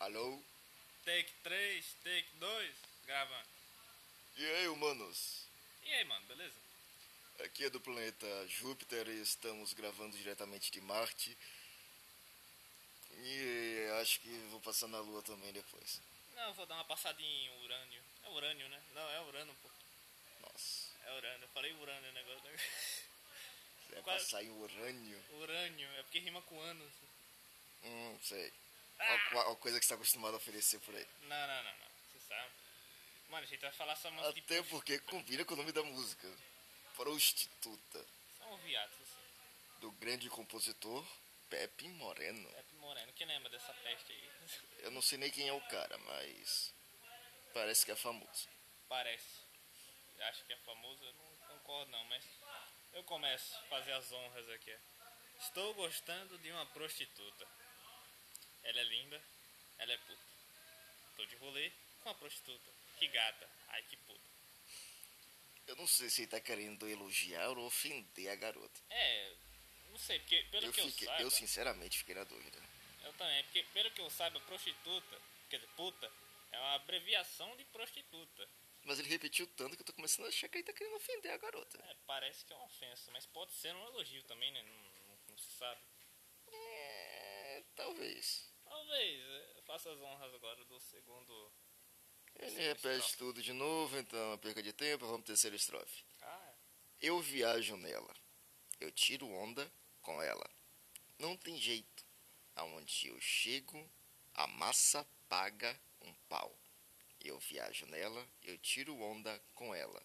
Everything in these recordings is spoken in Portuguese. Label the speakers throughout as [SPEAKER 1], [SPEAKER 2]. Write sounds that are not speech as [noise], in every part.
[SPEAKER 1] Alô?
[SPEAKER 2] Take 3, take 2, gravando.
[SPEAKER 1] E aí, humanos?
[SPEAKER 2] E aí, mano, beleza?
[SPEAKER 1] Aqui é do planeta Júpiter e estamos gravando diretamente de Marte. E acho que vou passar na Lua também depois.
[SPEAKER 2] Não, vou dar uma passadinha em urânio. É urânio, né? Não, é urano, pô.
[SPEAKER 1] Nossa,
[SPEAKER 2] É urânio. Eu falei urânio o negócio. [laughs] né?
[SPEAKER 1] vai
[SPEAKER 2] Quase-
[SPEAKER 1] passar em um urânio?
[SPEAKER 2] Urânio, é porque rima com anos.
[SPEAKER 1] Hum, sei. Olha a coisa que você está acostumado a oferecer por aí.
[SPEAKER 2] Não, não, não, não. Você sabe. Mano, a gente vai falar só umas
[SPEAKER 1] Até porque combina com o nome da música. Prostituta,
[SPEAKER 2] Só um viado, assim.
[SPEAKER 1] do grande compositor Pepe Moreno.
[SPEAKER 2] Pepe É Moreno. Quem lembra dessa peste aí?
[SPEAKER 1] Eu não sei nem quem é o cara, mas parece que é famoso.
[SPEAKER 2] Parece. Eu Acho que é famoso, eu não concordo não, mas eu começo a fazer as honras aqui. Estou gostando de uma prostituta. Ela é linda, ela é puta. Tô de rolê com uma prostituta. Que gata. Ai que puta.
[SPEAKER 1] Eu não sei se ele tá querendo elogiar ou ofender a garota.
[SPEAKER 2] É, não sei, porque pelo
[SPEAKER 1] Eu,
[SPEAKER 2] que
[SPEAKER 1] fiquei-
[SPEAKER 2] eu saiba.
[SPEAKER 1] eu, sinceramente fiquei na dúvida. né?
[SPEAKER 2] Eu também, porque pelo que eu saiba, prostituta, quer dizer, puta, é uma abreviação de prostituta.
[SPEAKER 1] Mas ele repetiu tanto que eu tô começando a achar que ele tá querendo ofender a garota.
[SPEAKER 2] É, parece que é uma ofensa, mas pode ser um elogio também, né? Não- não- não se sabe.
[SPEAKER 1] É, talvez.
[SPEAKER 2] Talvez. Eu faço as honras agora do segundo.
[SPEAKER 1] Ele
[SPEAKER 2] Sim,
[SPEAKER 1] repete
[SPEAKER 2] estrofe.
[SPEAKER 1] tudo de novo, então é perca de tempo, vamos terceira estrofe.
[SPEAKER 2] Ah,
[SPEAKER 1] Eu viajo nela. Eu tiro onda com ela. Não tem jeito. Aonde eu chego, a massa paga um pau. Eu viajo nela, eu tiro onda com ela.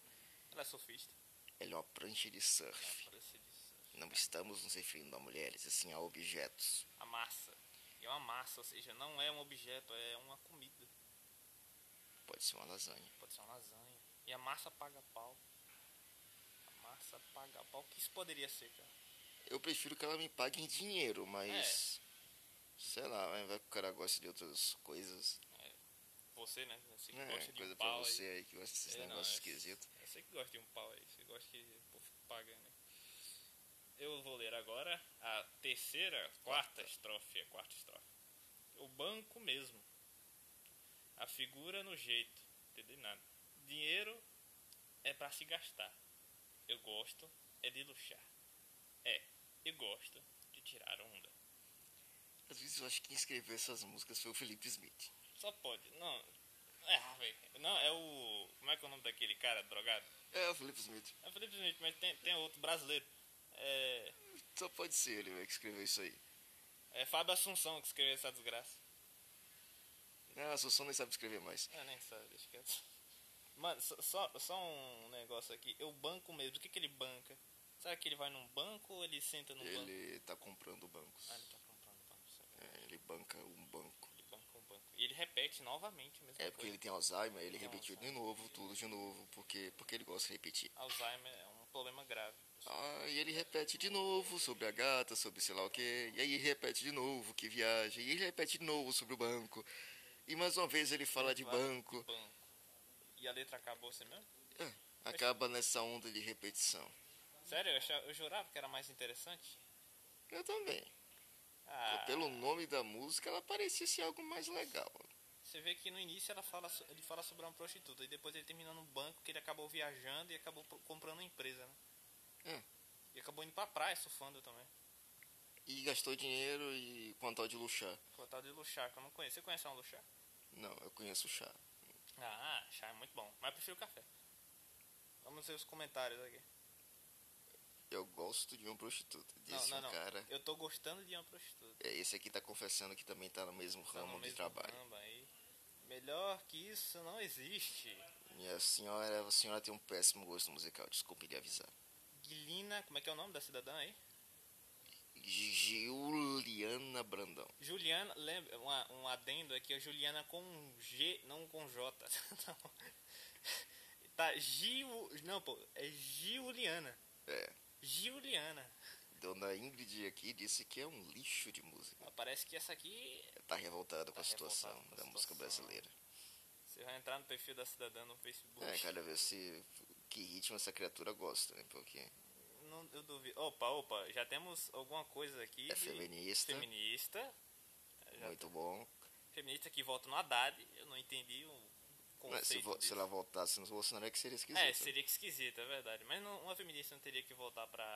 [SPEAKER 2] ela é tá, sofista.
[SPEAKER 1] Ela é uma prancha de
[SPEAKER 2] Ela
[SPEAKER 1] surf.
[SPEAKER 2] parece disso.
[SPEAKER 1] Não estamos nos referindo a mulheres, e sim a objetos.
[SPEAKER 2] A massa. É uma massa, ou seja, não é um objeto, é uma comida.
[SPEAKER 1] Pode ser uma lasanha.
[SPEAKER 2] Pode ser uma lasanha. E a massa paga pau. A massa paga pau. O que isso poderia ser, cara?
[SPEAKER 1] Eu prefiro que ela me pague em dinheiro, mas.
[SPEAKER 2] É.
[SPEAKER 1] Sei lá, vai que o cara gosta de outras coisas.
[SPEAKER 2] Você, né? Você que
[SPEAKER 1] né?
[SPEAKER 2] gosta de
[SPEAKER 1] coisa
[SPEAKER 2] um
[SPEAKER 1] pra
[SPEAKER 2] pau
[SPEAKER 1] você
[SPEAKER 2] aí.
[SPEAKER 1] aí. que gosta desses
[SPEAKER 2] É, não,
[SPEAKER 1] negócios
[SPEAKER 2] é-
[SPEAKER 1] esquisitos.
[SPEAKER 2] Eu sei que gosta de um pau aí. Você gosta que o povo paga, né? Eu vou ler agora a terceira, quarta estrofe, é quarta estrofe. O banco mesmo. A figura no jeito. Entendi nada. Dinheiro é pra se gastar. Eu gosto é de luxar. É, eu gosto de tirar onda.
[SPEAKER 1] Às vezes eu acho que quem escreveu essas músicas foi o Felipe Smith.
[SPEAKER 2] Só pode. Não. É, velho. Não, é o. Como é que é o nome daquele cara drogado?
[SPEAKER 1] É, o Felipe Smith.
[SPEAKER 2] É o Felipe Smith, mas tem, tem outro brasileiro. É.
[SPEAKER 1] Só pode ser ele velho, que escreveu isso aí.
[SPEAKER 2] É Fábio Assunção que escreveu essa desgraça.
[SPEAKER 1] Ah, a Sussão nem sabe escrever mais.
[SPEAKER 2] Eu É, nem sabe, deixa quieto. Mano, só, só, só um negócio aqui. Eu banco mesmo. O que, que ele banca? Será que ele vai num banco ou ele senta num banco?
[SPEAKER 1] Ele tá comprando bancos.
[SPEAKER 2] Ah, ele tá comprando banco, sabe?
[SPEAKER 1] É, ele banca um banco.
[SPEAKER 2] Ele banca um banco. E ele repete novamente a mesma
[SPEAKER 1] É
[SPEAKER 2] coisa.
[SPEAKER 1] porque ele tem Alzheimer, ele
[SPEAKER 2] Tem
[SPEAKER 1] repetiu de
[SPEAKER 2] Alzheimer.
[SPEAKER 1] novo, tudo de novo, porque, porque ele gosta de repetir.
[SPEAKER 2] Alzheimer é um problema grave.
[SPEAKER 1] Ah, e ele repete de novo sobre a gata, sobre sei lá o que, e aí repete de novo que viaja, e ele repete de novo sobre o banco. E mais uma vez ele fala de
[SPEAKER 2] Vai no
[SPEAKER 1] banco,
[SPEAKER 2] banco. E a letra acabou assim mesmo?
[SPEAKER 1] acaba nessa onda de repetição.
[SPEAKER 2] Sério, eu, achava- eu jurava que era mais interessante.
[SPEAKER 1] Eu também.
[SPEAKER 2] Ah,
[SPEAKER 1] Pelo nome da música, ela parecia ser algo mais legal.
[SPEAKER 2] Você vê que no início ela fala, so- ele fala sobre uma prostituta e depois ele termina num banco que ele acabou viajando e acabou pro- comprando uma empresa, né?
[SPEAKER 1] É.
[SPEAKER 2] E acabou indo pra praia surfando também.
[SPEAKER 1] E gastou dinheiro e com a tal de luxar.
[SPEAKER 2] Pô, tal de Luchar, que eu não conheço. Você conhece um Luchar?
[SPEAKER 1] Não, eu conheço o chá.
[SPEAKER 2] Ah, chá é muito bom, mas eu prefiro café. Vamos ver os comentários aqui.
[SPEAKER 1] Eu gosto de uma prostituta.
[SPEAKER 2] Não,
[SPEAKER 1] Disse
[SPEAKER 2] não,
[SPEAKER 1] um
[SPEAKER 2] não.
[SPEAKER 1] cara.
[SPEAKER 2] Eu tô gostando de uma prostituta.
[SPEAKER 1] É, Esse aqui tá confessando que também tá no mesmo
[SPEAKER 2] Tá no
[SPEAKER 1] ramo de
[SPEAKER 2] mesmo
[SPEAKER 1] trabalho.
[SPEAKER 2] ramo aí. Melhor que isso não existe.
[SPEAKER 1] Minha senhora, a senhora tem um péssimo gosto musical, desculpe lhe avisar.
[SPEAKER 2] Guilina, como é que é o nome da cidadã aí?
[SPEAKER 1] Giuliana Brandão.
[SPEAKER 2] Juliana, lembra, uma- um adendo aqui, a Juliana com um G, não com J. [laughs] Não. Tá, Gil. Não, pô, é Giuliana.
[SPEAKER 1] É,
[SPEAKER 2] Giuliana.
[SPEAKER 1] dona Ingrid aqui disse que é um lixo de música.
[SPEAKER 2] Mas Ah, Parece que essa aqui.
[SPEAKER 1] Tá revoltada com
[SPEAKER 2] Tá
[SPEAKER 1] a situação
[SPEAKER 2] revoltada com a
[SPEAKER 1] da música
[SPEAKER 2] situação.
[SPEAKER 1] brasileira.
[SPEAKER 2] Você vai entrar no perfil da cidadã no Facebook.
[SPEAKER 1] É, quero ver se que ritmo essa criatura gosta, né? Porque
[SPEAKER 2] Não, eu duvido. Opa, opa, já temos alguma coisa aqui.
[SPEAKER 1] é
[SPEAKER 2] de
[SPEAKER 1] feminista,
[SPEAKER 2] feminista. Já,
[SPEAKER 1] né? muito bom.
[SPEAKER 2] já feminista que vota no Haddad, eu não entendi o
[SPEAKER 1] Mas se,
[SPEAKER 2] conceito
[SPEAKER 1] vo- se
[SPEAKER 2] disso.
[SPEAKER 1] ela votasse nos Bolsonaro é que seria esquisito.
[SPEAKER 2] É, seria esquisito, é verdade. Mas não, uma feminista não teria que voltar pra.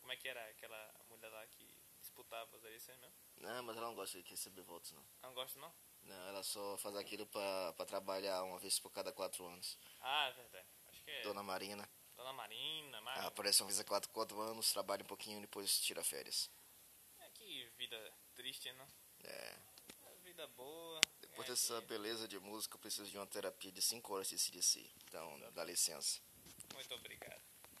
[SPEAKER 2] Como é que era aquela mulher lá que disputava as eleições mesmo?
[SPEAKER 1] Não, mas ela não gosta de receber votos, não.
[SPEAKER 2] Ela não gosta, não?
[SPEAKER 1] Não, ela só faz aquilo pra, pra trabalhar uma vez por cada quatro anos.
[SPEAKER 2] Ah, é verdade. Acho que é. Dona,
[SPEAKER 1] Dona Marina,
[SPEAKER 2] Marina,
[SPEAKER 1] ela
[SPEAKER 2] Marina.
[SPEAKER 1] aparece uma vez a quatro, quatro anos, trabalha um pouquinho e depois tira férias. Ah.
[SPEAKER 2] É que vida triste, não?
[SPEAKER 1] É.
[SPEAKER 2] É Vida boa.
[SPEAKER 1] Depois
[SPEAKER 2] é
[SPEAKER 1] dessa
[SPEAKER 2] que-
[SPEAKER 1] beleza de música, eu preciso de uma terapia de cinco horas de CDC. Então, dá licença.
[SPEAKER 2] Muito obrigado.